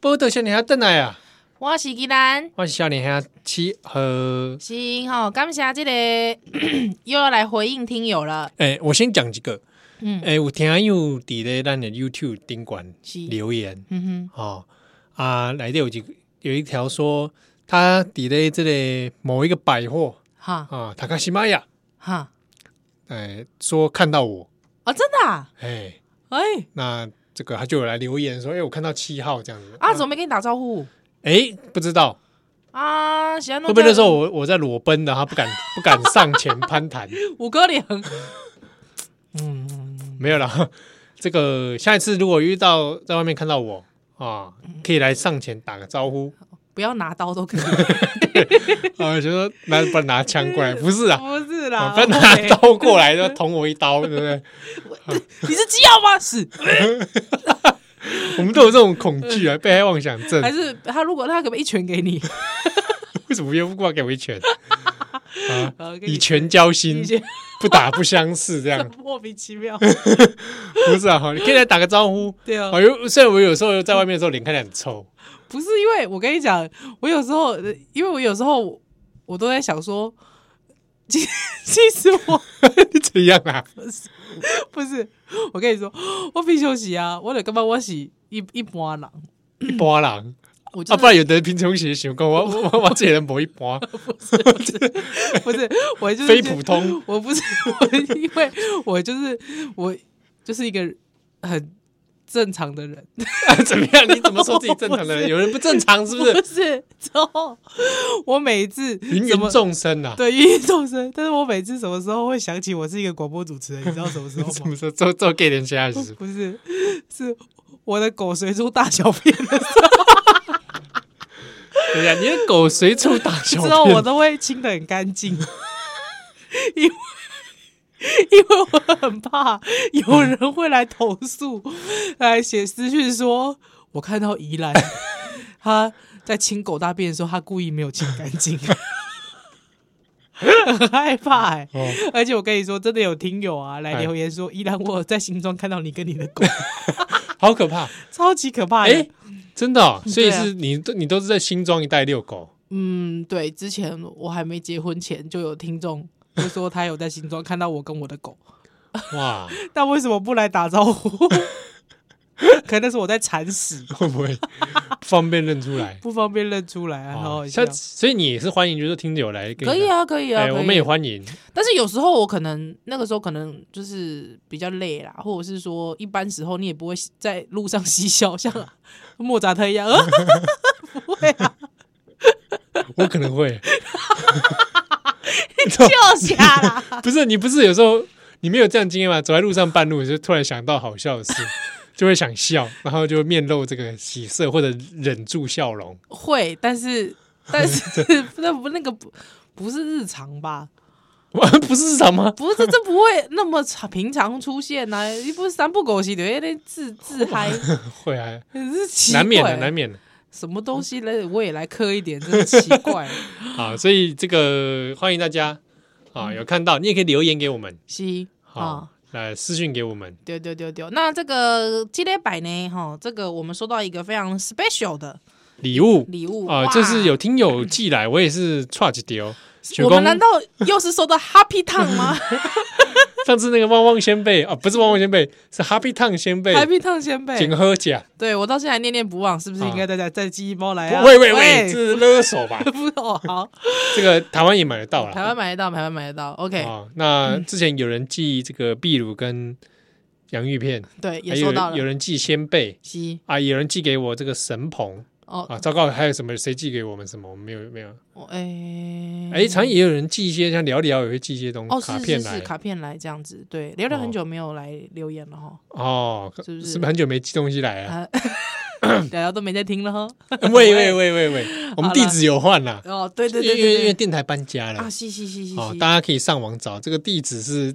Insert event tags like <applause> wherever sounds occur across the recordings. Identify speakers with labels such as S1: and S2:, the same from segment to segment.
S1: 波特少年兄邓来啊，
S2: 我是吉兰，
S1: 我是少年兄七和。
S2: 是吼、感谢这个 <coughs> 又要来回应听友了，
S1: 哎、我先讲几个。
S2: 嗯
S1: 哎、有听友伫咧咱的 YouTube 顶管
S2: 是
S1: 留言
S2: 嗯
S1: 哦啊，来底有一有一条说他伫咧这个某一个百货
S2: 哼，哈
S1: 啊，塔卡西玛雅，
S2: 哈，
S1: 哎、说看到我，
S2: 哦，真的、啊，
S1: 哎、
S2: 哎、
S1: 那这个他就有来留言说，哎、我看到七号这样子
S2: 啊，怎么没跟你打招呼
S1: 哎、不知道
S2: 啊？喜欢
S1: 会不会那时候我我在裸奔的，他不敢不敢上前攀谈，
S2: 五哥脸？
S1: 没有啦。这个下一次如果遇到在外面看到我啊，可以来上前打个招呼
S2: 不要拿刀
S1: <laughs>
S2: 都可以，
S1: 啊，就说拿不然拿枪过来，不是
S2: <laughs>
S1: 啊，
S2: 不是
S1: 啊
S2: 啦，
S1: 不然拿
S2: OK
S1: 刀过来就捅我一刀，对不对？
S2: 你是基友
S1: <laughs>
S2: 吗？是，
S1: 我们都有这种恐惧啊，被害妄想症
S2: 还，是他如果他可不可以一拳
S1: <laughs>
S2: 给你？
S1: 为什么别人不管给我一
S2: <laughs>
S1: 拳？啊，
S2: 呃跟你
S1: 以拳交心 <laughs>
S2: 以，前
S1: 不打不相识，这样
S2: 莫名其
S1: <laughs>
S2: 妙，
S1: 不是啊？哈你可以来打个招呼。
S2: 对啊
S1: 啊，，有虽然我有时候在外面的时候脸看起来很臭， <laughs>
S2: 不是因为我跟你讲，我有时候，呃因为我有时候我都在想说，其其实我
S1: 你怎样啊？
S2: <laughs> 不是，我跟你说， <gasps> 我平常时啊，我得干嘛？我是一一般人，
S1: 一般人
S2: 我就
S1: 啊，
S2: 是
S1: 不然有的人贫穷时想讲我我我我这个人不一般，
S2: 不是，我 <laughs> 就是
S1: 非普通，
S2: 我不是我，因为我就是我就是一个很正常的人，
S1: <laughs> 怎么样？你怎么说自己正常的人？有人不正常是不
S2: 不
S1: 是？
S2: <laughs> 是之后我每一次
S1: 芸
S2: 怎
S1: 芸
S2: 么
S1: 众生啊！
S2: 对芸芸众生，但是我每次什么时候会想起我是一个广播主持人？你知道什么
S1: <laughs>
S2: 时候
S1: 怎
S2: 吗？
S1: 么说？做做 gay 连下
S2: <laughs>
S1: 是？
S2: 不是，是我的狗随出大小便的时
S1: 对呀，你的狗随处大小
S2: 候，之后我
S1: 便，
S2: 都会清的很干净，因为。因为我很怕有
S1: 嗯
S2: 人会来投诉，来写私讯说，我看到宜
S1: <laughs>
S2: 兰他在清狗大便的时候，他故意没有清干
S1: <laughs>
S2: 净，很害怕哎、
S1: <laughs> 哦
S2: 而且我跟你说，真的有听友啊来
S1: 哎
S2: 留言说，依然我有在新庄看到你跟你的
S1: <laughs>
S2: 狗，
S1: 好可
S2: <laughs>
S1: 怕！
S2: 超级可怕的。
S1: 哎，真的哦，所以
S2: 对啊
S1: 是你都你都是在新庄一带遛
S2: <laughs>
S1: 狗，
S2: 嗯，对，之前我还没结婚前就有听众就说他有在新庄看到我跟我的狗，
S1: 哇，
S2: 但为什么不来打招呼？ <laughs> 可能是我在铲屎，
S1: 会不会不方便认出
S2: <laughs>
S1: 来？
S2: 不方便认出来啊。好
S1: 哦
S2: 好笑
S1: 下次所以你也是欢迎，就是听友来跟你
S2: 可以啊，可以啊，
S1: 哎，
S2: 可以
S1: 我们也欢迎。
S2: 但是有时候我可能那个时候可能就是比较累啦，或者是说一般时候你也不会在路上 <laughs> 嬉笑，像莫扎特一样， <laughs> 呃不会啊，
S1: <laughs> 我可能会，
S2: 就下啦。
S1: <laughs> 不是你不是有时候你没有这样经验吗？走在路上半路就突然想到好笑的事， <laughs> 就会想笑，然后就面露这个喜色或者忍住笑容。
S2: 会，但是但是 <laughs> 那不那个不不是日常吧？
S1: 哇不是日常吗？
S2: <laughs> 不是，这不会那么常平常出现呐、你不是三不狗戏的，有点自自嗨，
S1: 会啊，
S2: 很是奇怪，
S1: 难免的，难免的
S2: 什么东西嘞？我也来刻一点，真的奇
S1: <laughs>
S2: 怪。
S1: 啊。所以这个欢迎大家
S2: 嗯
S1: 啊，有看到你也可以留言给我们，
S2: 是
S1: 好，，
S2: 啊
S1: 来私信给我们。
S2: 对对对对，那这个今天摆呢，哈，这个我们收到一个非常 special 的
S1: 礼物
S2: 礼物
S1: 啊，
S2: 哇
S1: 这是有听友寄来，我也是差几丢。雪
S2: 我
S1: 公
S2: 们难道又是收到 Happy Town 吗
S1: <laughs> 上次那个汪汪先辈啊，不是汪汪先辈，是 Happy Town 先辈，
S2: ？Happy Town 先辈，
S1: 请喝甲。
S2: 对我到现在还念念不忘，是不是
S1: 啊
S2: 应该大家再寄一包来啊？
S1: 喂喂喂，这是勒索吧？
S2: <laughs> 不哦，好，
S1: 这个台湾也买得到啦。
S2: 台湾买得到，台湾买得到。OK，、
S1: 哦，那之前有人寄这个秘鲁跟洋芋片，
S2: 对，也
S1: 还有
S2: 收到
S1: 人有
S2: 了。
S1: 人寄鲜贝
S2: 西
S1: 啊，有人寄给我这个神鹏
S2: 哦，
S1: 啊，糟糕，还有什么谁寄给我们什么？我们没有没有。
S2: 我哎
S1: 哎，常也有人寄一些像聊聊也会寄一些东
S2: 哦，
S1: 西
S2: 是
S1: 卡
S2: 是
S1: 片
S2: 是
S1: 来
S2: 卡片来这样子，对，聊聊
S1: 哦
S2: 很久没有来留言
S1: <coughs>
S2: 了哈，
S1: 哦，
S2: 是不是
S1: 是不是很久没寄东西来了？
S2: 啊聊聊都没在听了哈。
S1: <laughs> 喂喂喂喂喂，我们地址有换啦，
S2: 哦，对
S1: 因
S2: 对
S1: 为
S2: 对
S1: 因为因
S2: 对
S1: 为
S2: 对，
S1: 电台搬家了
S2: 啊，。是是是是
S1: 哦，
S2: 是，哎
S1: 大家可以上网找这个地址是，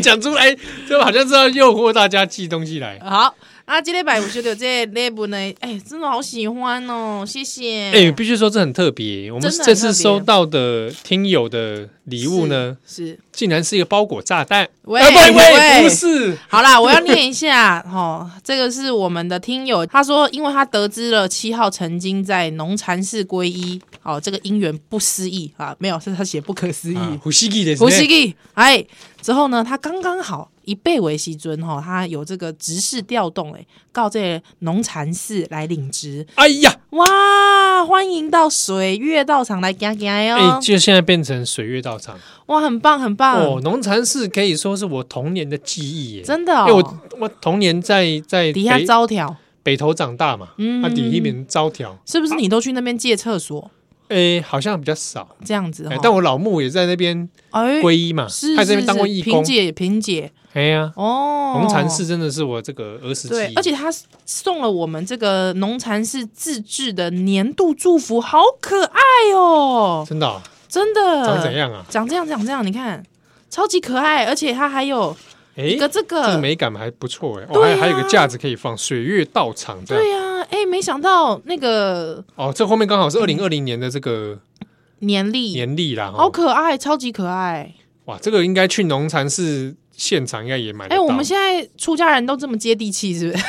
S1: <laughs> 讲出来就好像是要诱惑大家寄东西来。
S2: <laughs> 好，啊，这礼拜有收到这个 level 呢，哎、真的好喜欢哦，谢谢。
S1: 哎、必须说这很特别。我们
S2: 真的很
S1: 这次
S2: 特别
S1: 收到的听友的礼物呢，
S2: 是，
S1: 竟然是一个包裹炸弹。
S2: 喂
S1: 呃不
S2: 喂
S1: 不是，
S2: <laughs> 好啦，我要念一下 <laughs> 哦，这个是我们的听友，他说，因为他得知了七号曾经在农禅寺皈依，哦，这个因缘不思议啊，没有，是他写不可思议。
S1: 啊胡西基的，
S2: 不是的，哎，之后呢，他刚刚好以被为西尊哈、他有这个执事调动，哎，告这农禅寺来领职，
S1: 哎呀，
S2: 哇，欢迎到水月道场来行行
S1: 哎、
S2: 哟，啊
S1: 就现在变成水月道场、
S2: 哇，很棒很棒，
S1: 哦，农禅寺可以说是我童年的记忆耶。
S2: 真的
S1: 因为我哎
S2: 哦，
S1: 我童年在在
S2: 底下
S1: 北
S2: 招条，
S1: 北头长大嘛，
S2: 嗯
S1: 啊，底一名招条，
S2: 是不是你都去那边借厕所
S1: 哎、好像比较少。
S2: 这样子
S1: 哎、
S2: 哈？
S1: 但我老母也在那边
S2: 哎，
S1: 皈依嘛，
S2: 哦是
S1: 她在那
S2: 是
S1: 边当过
S2: 是，
S1: 义
S2: 萍
S1: 工。
S2: 姐萍姐
S1: 哎呀，
S2: 哦，
S1: 红禅寺真的是我这个儿时记
S2: 对
S1: 忆，，
S2: 而且他送了我们这个农禅寺自制的年度祝福，好可爱哦，
S1: 真的哦、
S2: 真的。
S1: 长怎？样啊？
S2: 长这样，长这样，你看，超级可爱，而且它还有
S1: 哎、
S2: 一个这
S1: 这个
S2: 个，
S1: 美感还不错哎、哦，
S2: 对
S1: 还
S2: 啊
S1: 有还有一个架子可以放水月道场这
S2: 对
S1: 样。
S2: 呀、哎、没想到那个
S1: 哦，这后面刚好是二零二零年的这个
S2: 年历，
S1: 年历啦，
S2: 嗯好
S1: 哦，
S2: 可爱，超级可爱。
S1: 哇，这个应该去农禅寺现场应该也买得
S2: 哎、
S1: 到。
S2: 我们现在出家人都这么接地气，是不 <laughs> 是？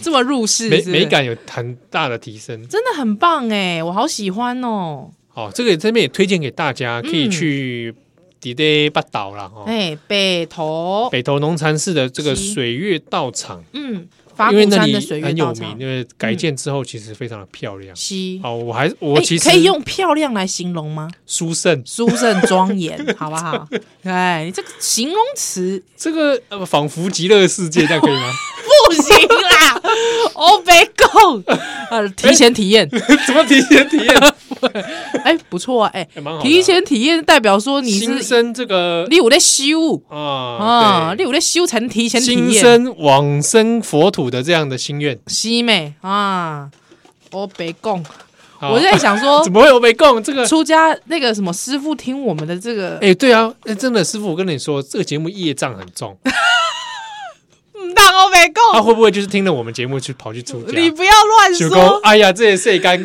S2: 这么入世
S1: 美
S2: 是不是
S1: 美，感有很大的提升。
S2: 真的很棒哎、我好喜欢哦。
S1: 哦，这个这边也推荐给大家，可以去迪迪巴岛啦，哦，
S2: 嗯哎、北投，
S1: 北投农禅寺的这个
S2: 是
S1: 水月道场，
S2: 嗯，法
S1: 因为
S2: 鼓
S1: 那
S2: 山
S1: 里
S2: 的水月
S1: 很有
S2: 道
S1: 名，
S2: 场，嗯
S1: 因为改建之后其实非常的漂亮。
S2: 西。
S1: 哦，我还我
S2: 哎
S1: 其实
S2: 可以用漂亮来形容
S1: <laughs>
S2: 吗？
S1: 殊胜
S2: 殊胜庄严，好
S1: <laughs>
S2: 不好？哎，你这个形容词
S1: 这个呃仿佛极乐世界，这样可以吗？
S2: 不行
S1: <laughs>
S2: 啦，我没够。
S1: 哎
S2: 呃，提前体
S1: <laughs>
S2: 验，
S1: 怎么提前体 <laughs> 验？
S2: 哎，不错啊，哎，
S1: 还蛮好的啊。
S2: 提前体验代表说你
S1: 新
S2: 是
S1: 生这个
S2: 你有在修
S1: 啊
S2: 啊，你
S1: 对
S2: 有在修成提前体
S1: 新
S2: 验，
S1: 生往生佛土的这样的心愿，
S2: 西妹啊，我没够。
S1: 好
S2: 我在想说
S1: 啊怎，么会有被供 <laughs> 这个？
S2: 出家那个什么师傅听我们的这个，
S1: 哎，对啊，哎，真的，师傅，我跟你说，这个节目业障很
S2: <laughs>
S1: 重。
S2: 嗯，当我没
S1: 他
S2: 够，
S1: 会不会就是听了我们节目去跑去出家？
S2: 你不要乱
S1: 就
S2: 说
S1: 说。哎呀，这些晒干，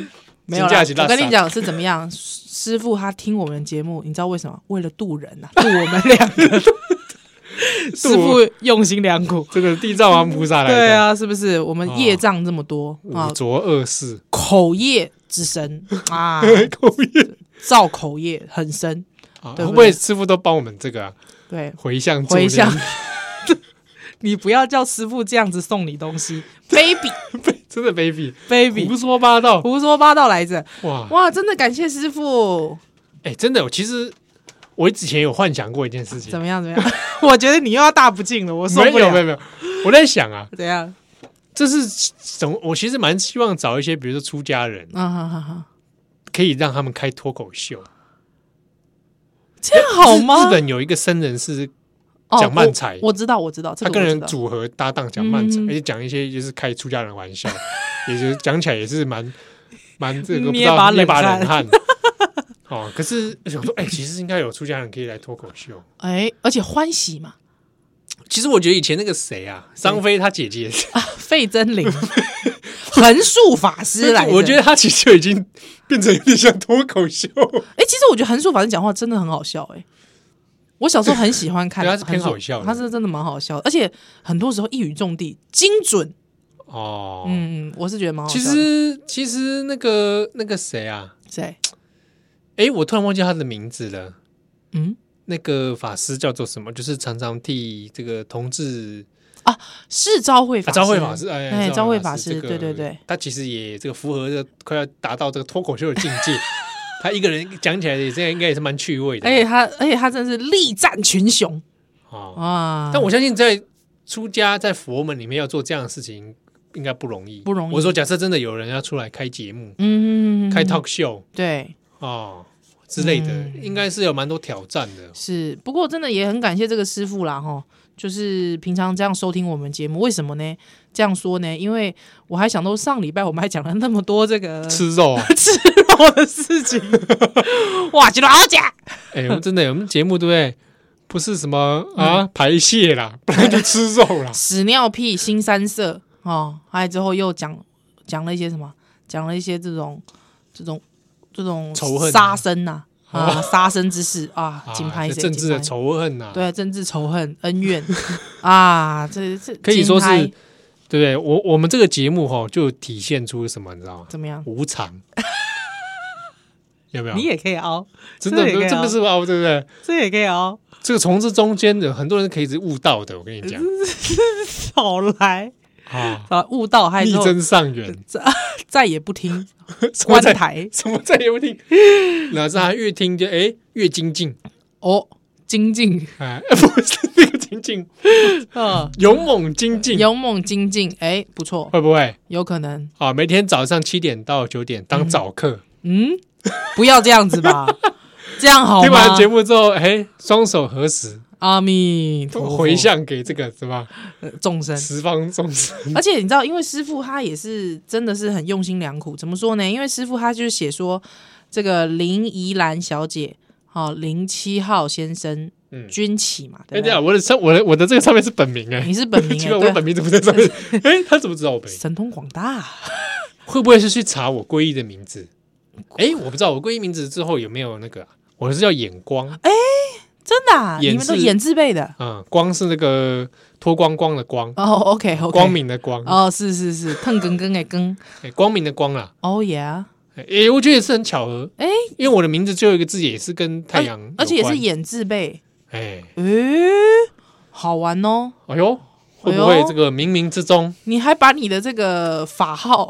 S2: 没有啦
S1: 请假期
S2: 我跟你，讲是怎
S1: <laughs>
S2: 么样，师傅他听我们节目，你知道为什么？为了渡人
S1: <laughs>
S2: 呐、啊，渡我们两个。师傅用心良
S1: <laughs>
S2: 苦。
S1: 这个地藏王菩萨来的，
S3: 对啊
S2: 啊，是不是？我们业障这么多、
S1: 五
S2: 啊，
S1: 浊恶
S2: <laughs>
S1: 世，
S2: 口业
S1: <laughs>
S2: 之深啊，
S1: 口业
S2: 造口业很深。
S1: 啊，
S2: 对
S1: 会
S2: 不对
S1: 不会师傅都帮我们这个啊
S3: 对，
S1: 回向助
S3: 回
S1: 念
S3: 向，你不要叫师傅这样子送你东
S1: <laughs>
S3: 西
S2: baby
S1: <laughs> 真的 baby
S3: ，baby，
S1: 胡说八道
S3: 胡说八道来着。
S1: 哇！
S2: 哇，真的感谢师傅，
S1: 哎，真的，我其实我之前有幻想过一件事情
S2: 怎，么样怎么样？ <laughs>
S3: 我觉得你又要大不敬了，我受
S1: 没
S3: 不
S1: 有没
S3: 了。
S1: 有没有，我在想啊，
S3: 怎样？
S1: 这是怎么？我其实蛮希望找一些，比如说出家人，
S2: 啊哈哈哈，
S1: 可以让他们开脱口秀，
S3: 这样好
S1: 日
S3: 吗？
S1: 本有一个僧人是
S2: 哦
S1: 讲漫才
S2: 我，我知道我知道，
S3: 嗯
S2: 这
S1: 他
S2: 个
S1: 跟
S2: 我知
S1: 人
S2: 道。
S1: 组合搭档讲漫才，
S2: 嗯
S1: 而且讲一些就是开出家人玩笑， <laughs> 也就是讲起来也是蛮蛮这个不知
S3: 捏把
S1: 道
S3: 冷
S1: 捏把
S3: 汗 <laughs>
S1: 冷汗。哦，可是我想说，哎、其实应该有出家人可以来脱口秀。
S2: 哎，而且欢喜
S1: <laughs>
S2: 嘛，
S1: 其实我觉得以前那个谁啊，张飞他姐姐，
S2: 费真灵， <laughs> 横竖法师来着。
S1: <laughs> 我觉得他其实就已经变成有点像脱口秀，
S2: 哎、其实我觉得横竖法师讲话真的很好笑、欸，哎，我小时候很喜欢看，
S1: <laughs> 对他是偏
S2: 横竖
S1: 好笑的
S2: 他是真的蛮好笑的，而且很多时候一语中的，精准。
S1: 哦。
S2: 嗯，嗯，我是觉得蛮好笑
S1: 其
S2: 的。
S1: 实，其实那个那个谁啊，
S2: 谁？
S1: 哎、我突然忘记他的名字了。
S2: 嗯，
S1: 那个法师叫做什么？就是常常替这个同志
S2: 是昭惠法
S1: 啊，
S2: 师，
S1: 昭惠法师，哎，
S2: 哎
S1: 昭
S2: 昭惠
S1: 法
S2: 法
S1: 师，
S2: 师
S1: 这个
S2: 对对对，
S1: 他其实也这个符合这个快要达到这个脱口秀的境界。他一个人讲起来也这样，应该也是蛮趣味的。
S2: 而且他，而且他真的是力战群雄
S1: 哦，
S2: 啊！
S1: 但我相信在出家在佛门里面要做这样的事情，应该不容易，
S2: 不容易
S1: 我说，假设真的有人要出来开节目、
S2: 嗯，
S1: 开 talk show
S2: 对
S1: 哦之类的，
S2: 嗯
S1: 应该是有蛮多挑战的。
S2: 是，不过真的也很感谢这个师傅啦，哈，就是平常这样收听我们节目，为什么呢？这样说呢？因为我还想到上礼拜我们还讲了那么多这个
S1: 吃肉啊，
S2: 吃 <laughs> 肉的事情，哇，觉得好假。。
S1: 哎、我们真的，我们节目对不对？不是什么啊、排泄啦，不然就吃肉啦
S2: <laughs> 屎尿屁新三色哦，还有之后又讲讲了一些什么，讲了一些这种这种这种
S1: 仇恨啊哦
S2: 杀生呐啊杀生之事啊，金
S1: 啊
S2: 牌
S1: 这
S2: 谁
S1: 政治的
S2: 金牌
S1: 仇恨呐、，
S2: 对啊政治仇恨
S3: <laughs>
S2: 恩怨啊，这这
S1: 可以说是
S2: 金牌
S1: 对不对？我我们这个节目哈、就体现出什么，你知道吗？
S2: 怎么样？
S1: 无
S2: <laughs>
S1: 常，有没
S3: <laughs>
S1: 有？
S3: 你也可以凹，
S1: 真的
S3: 这也可以啊
S2: 哦
S1: 真的是吧？哦对不对？
S3: 这也可以凹，
S1: 这个从这中间的很多人可以是悟到的，我跟你讲
S2: 嗯
S3: 少来
S1: 啊，
S2: 啊，悟道还
S1: 逆
S2: 之后
S1: 增上
S2: <laughs>
S1: 缘，
S2: 再也
S3: <laughs>
S2: 不听
S1: 什么
S2: 观
S1: 在
S2: 台
S1: 什么在有
S2: <laughs>
S1: 听，老师他越听就哎越精进，
S2: 哦，精进，
S1: 哎， <laughs> 不是那个精进，
S3: <laughs> 嗯，
S1: 勇猛精进，
S2: 勇猛精进，哎，不错，
S1: 会不会
S2: 有可能，
S1: 啊？每天早上七点到九点当早课，
S2: 嗯，不要这样子吧，
S3: <laughs>
S2: 这样好
S1: 听完
S2: 吗？
S1: 节目之后，哎，双手合十，
S2: 阿弥陀佛
S1: 回向给这个是
S2: <laughs>
S1: 吧？
S2: 呃众生，
S1: 十方众生，
S2: 而且你知道，因为师傅他也是真的是很用心良苦。怎么说呢？因为师傅他就是写说，这个林怡兰小姐，好、零七号先生，
S1: 嗯
S2: 军起嘛，
S1: 哎，
S2: <laughs> 对不
S1: 这
S2: 对？
S1: 样我的上我的我的这个上面是本名哎
S2: 你。是本名
S1: 奇 <laughs>
S2: 哎、
S1: 怪，我的本
S2: 对，
S1: 名怎么在上面？哎，他怎么知道我本名？
S2: 神通广大啊，
S1: 会不会是去查我皈依的名字？哎，我不知道我皈依名字之后有没有那个啊，我是叫眼光，
S2: 哎真的、啊，
S1: 眼
S2: 你们都
S1: 是
S2: 眼字辈的
S1: 嗯，光是那个脱光光的光，
S2: 哦。OK OK，
S1: 光明的光，
S2: 哦，是是是，腾更更哎更，
S1: 哎光明的光啦。
S2: 哦耶啊，
S1: 哎、我觉得也是很巧合，
S2: 哎
S1: 因为我的名字最后一个字也是跟太阳有关、
S2: 而且也是眼字辈，
S1: 哎、
S2: 诶，好玩哦。
S1: 哎呦，会不
S2: 哎
S1: 会
S2: 呦
S1: 这个冥冥之中，
S2: 你还把你的这个法号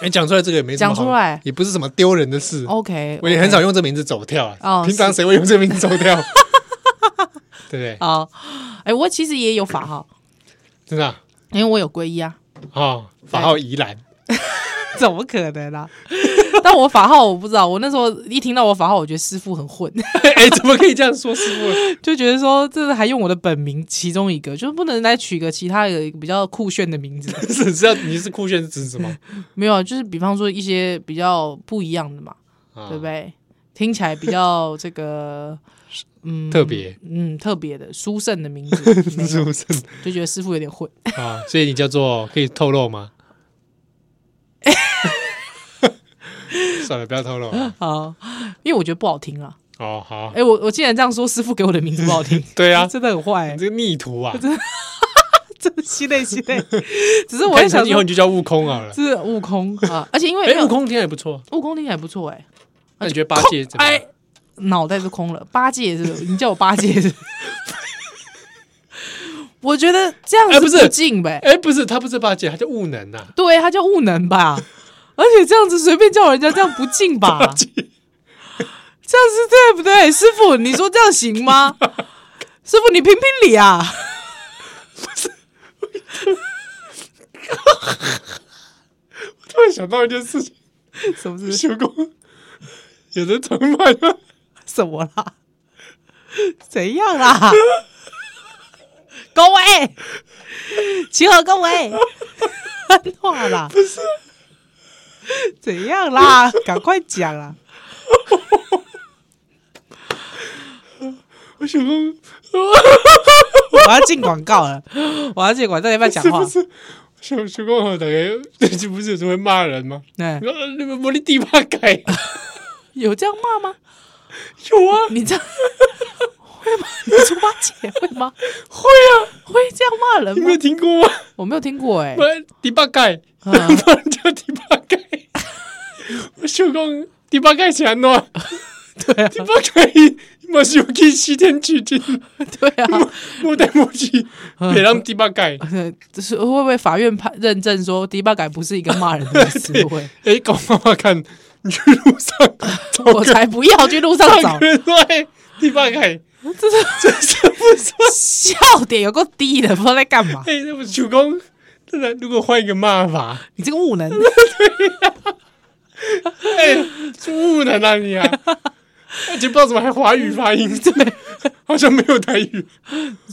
S1: 哎、讲出来这个也没什么好
S2: 讲出来哦
S1: 也不是什么丢人的事。
S2: OK，
S1: 我也很少用这名字走跳啊，
S2: 哦
S1: 平常谁会用这名字走跳？ <laughs> 对
S2: <laughs>
S1: 不对？
S2: 啊，哎，我其实也有法号，
S1: 真的啊，
S2: 因为我有皈依啊， <laughs>
S1: 哦法号宜兰，
S3: 怎么可能啊？
S2: <laughs> 但我法号我不知道。我那时候一听到我法号，我觉得师傅很混， <laughs>
S1: <laughs> 哎、怎么可以这样说师傅？ <laughs>
S3: 就觉得说这还用我的本名
S2: 其中一个就是不能来取个其他的比较酷炫的名字， <laughs>
S1: 是是要你是酷炫是指什么？
S2: 没有，啊，就是比方说一些比较不一样的嘛，
S1: 啊
S2: 对不对？听起来比较
S1: <laughs>
S2: 这个，嗯，
S1: 特别，
S2: 嗯，特别的殊胜的
S1: <laughs>
S2: 名字，没有
S1: 是不是
S2: 就觉得师傅有
S1: <laughs>
S2: 点混。
S1: 啊？所以你叫做可以透露 <laughs> 吗？算了，不要透露了。
S2: 啊，因为我觉得不好听啊。
S1: 哦，好
S2: 哎、，我我竟然这样说，师傅给我的名字不好听，
S1: 对 <laughs> 啊，
S3: 真的很坏、
S1: 你
S3: 欸，
S1: 这个逆徒啊！
S3: 真
S2: <laughs>
S3: 的心累心
S1: <laughs>
S3: 累。
S2: 只是我
S1: 我
S2: 在
S1: 也想
S2: 想
S1: 以后
S2: 说，
S1: 你就叫悟空好了。
S3: 是悟
S1: <laughs>
S3: 空，
S2: 啊，而且因为
S1: 哎，悟空听起来也不错，
S2: 悟空听起来不错哎、
S1: 那你觉得八戒怎么样？
S2: 哎，脑袋是空了。八戒是， <laughs> 你叫我八戒是？ <laughs> 我觉得这样
S1: 哎不
S2: 子
S1: 是
S2: 敬呗。
S1: 哎，不是，他不是八戒，他叫悟能啊呐。
S2: 对，他叫悟能吧？而且这样子随便叫人家，这样不
S1: <laughs>
S2: 敬吧？这样是对不对？师傅，你说这样
S1: <laughs>
S2: 行吗？师傅，你评评理啊！
S1: 突然想到一件事情，
S3: 什
S2: <laughs>
S3: 么是
S1: 修公有人崇拜他，
S3: 什么
S2: <laughs>
S3: 啦？怎样
S2: 啊
S3: 啦？各位，集合各
S2: <laughs>
S3: 位，安话啦，不是？怎样啦？赶快讲
S2: 啊
S3: 啦！
S1: 我想公
S3: 我要进广告了，我要进广告，要不要讲
S1: 是
S3: 话
S1: 不？是？修修公好，大概 <laughs> 这不是有时候会骂人吗？
S3: 对
S2: 哎
S1: 你，说呃你们我的地方改
S2: 有这样骂吗？
S1: 有啊，
S2: 你这样会吗？你猪八戒会吗？
S1: 会啊，
S2: 会这样骂人
S1: 你没有
S2: 吗？
S1: 听过吗？
S2: 我没有听过哎、
S1: 不然，第八盖，<laughs> 不
S2: 啊
S1: 然叫第八盖。我想讲第八盖安喏，
S3: 对啊
S1: 第，八盖嘛是有去西天取经，
S2: 对啊， <laughs>
S1: 莫来莫去，别让第八盖。
S2: 呃就是会不会法院判认证说迪巴改不是一个骂人的词汇？
S1: 哎，搞妈妈看，你去路上找
S2: <laughs> 我
S1: 个
S2: 才不要去路上
S1: <laughs>
S2: 找
S1: 找个人说，哎，第八盖，
S2: 这是
S1: 这是不是？
S2: 笑点有够低的，不知道在干嘛。
S1: <laughs>
S2: <laughs>
S1: 哎，那我主公，真的，如果换一个骂法，
S3: 你这个悟能，
S1: 哎，误能啊你啊！ <laughs> 而且不知道怎么还华语发音， <laughs> 对，好像没有台语，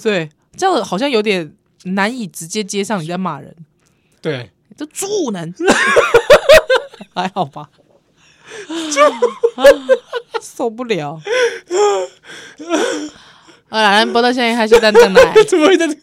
S2: 对，这样好像有点难以直接接上你在骂人。
S1: <laughs> 对。
S2: 这猪能 <laughs>
S3: 还好吧？受不了，
S4: 好啦，咱报到现在开始等等来。
S2: 怎么会在这？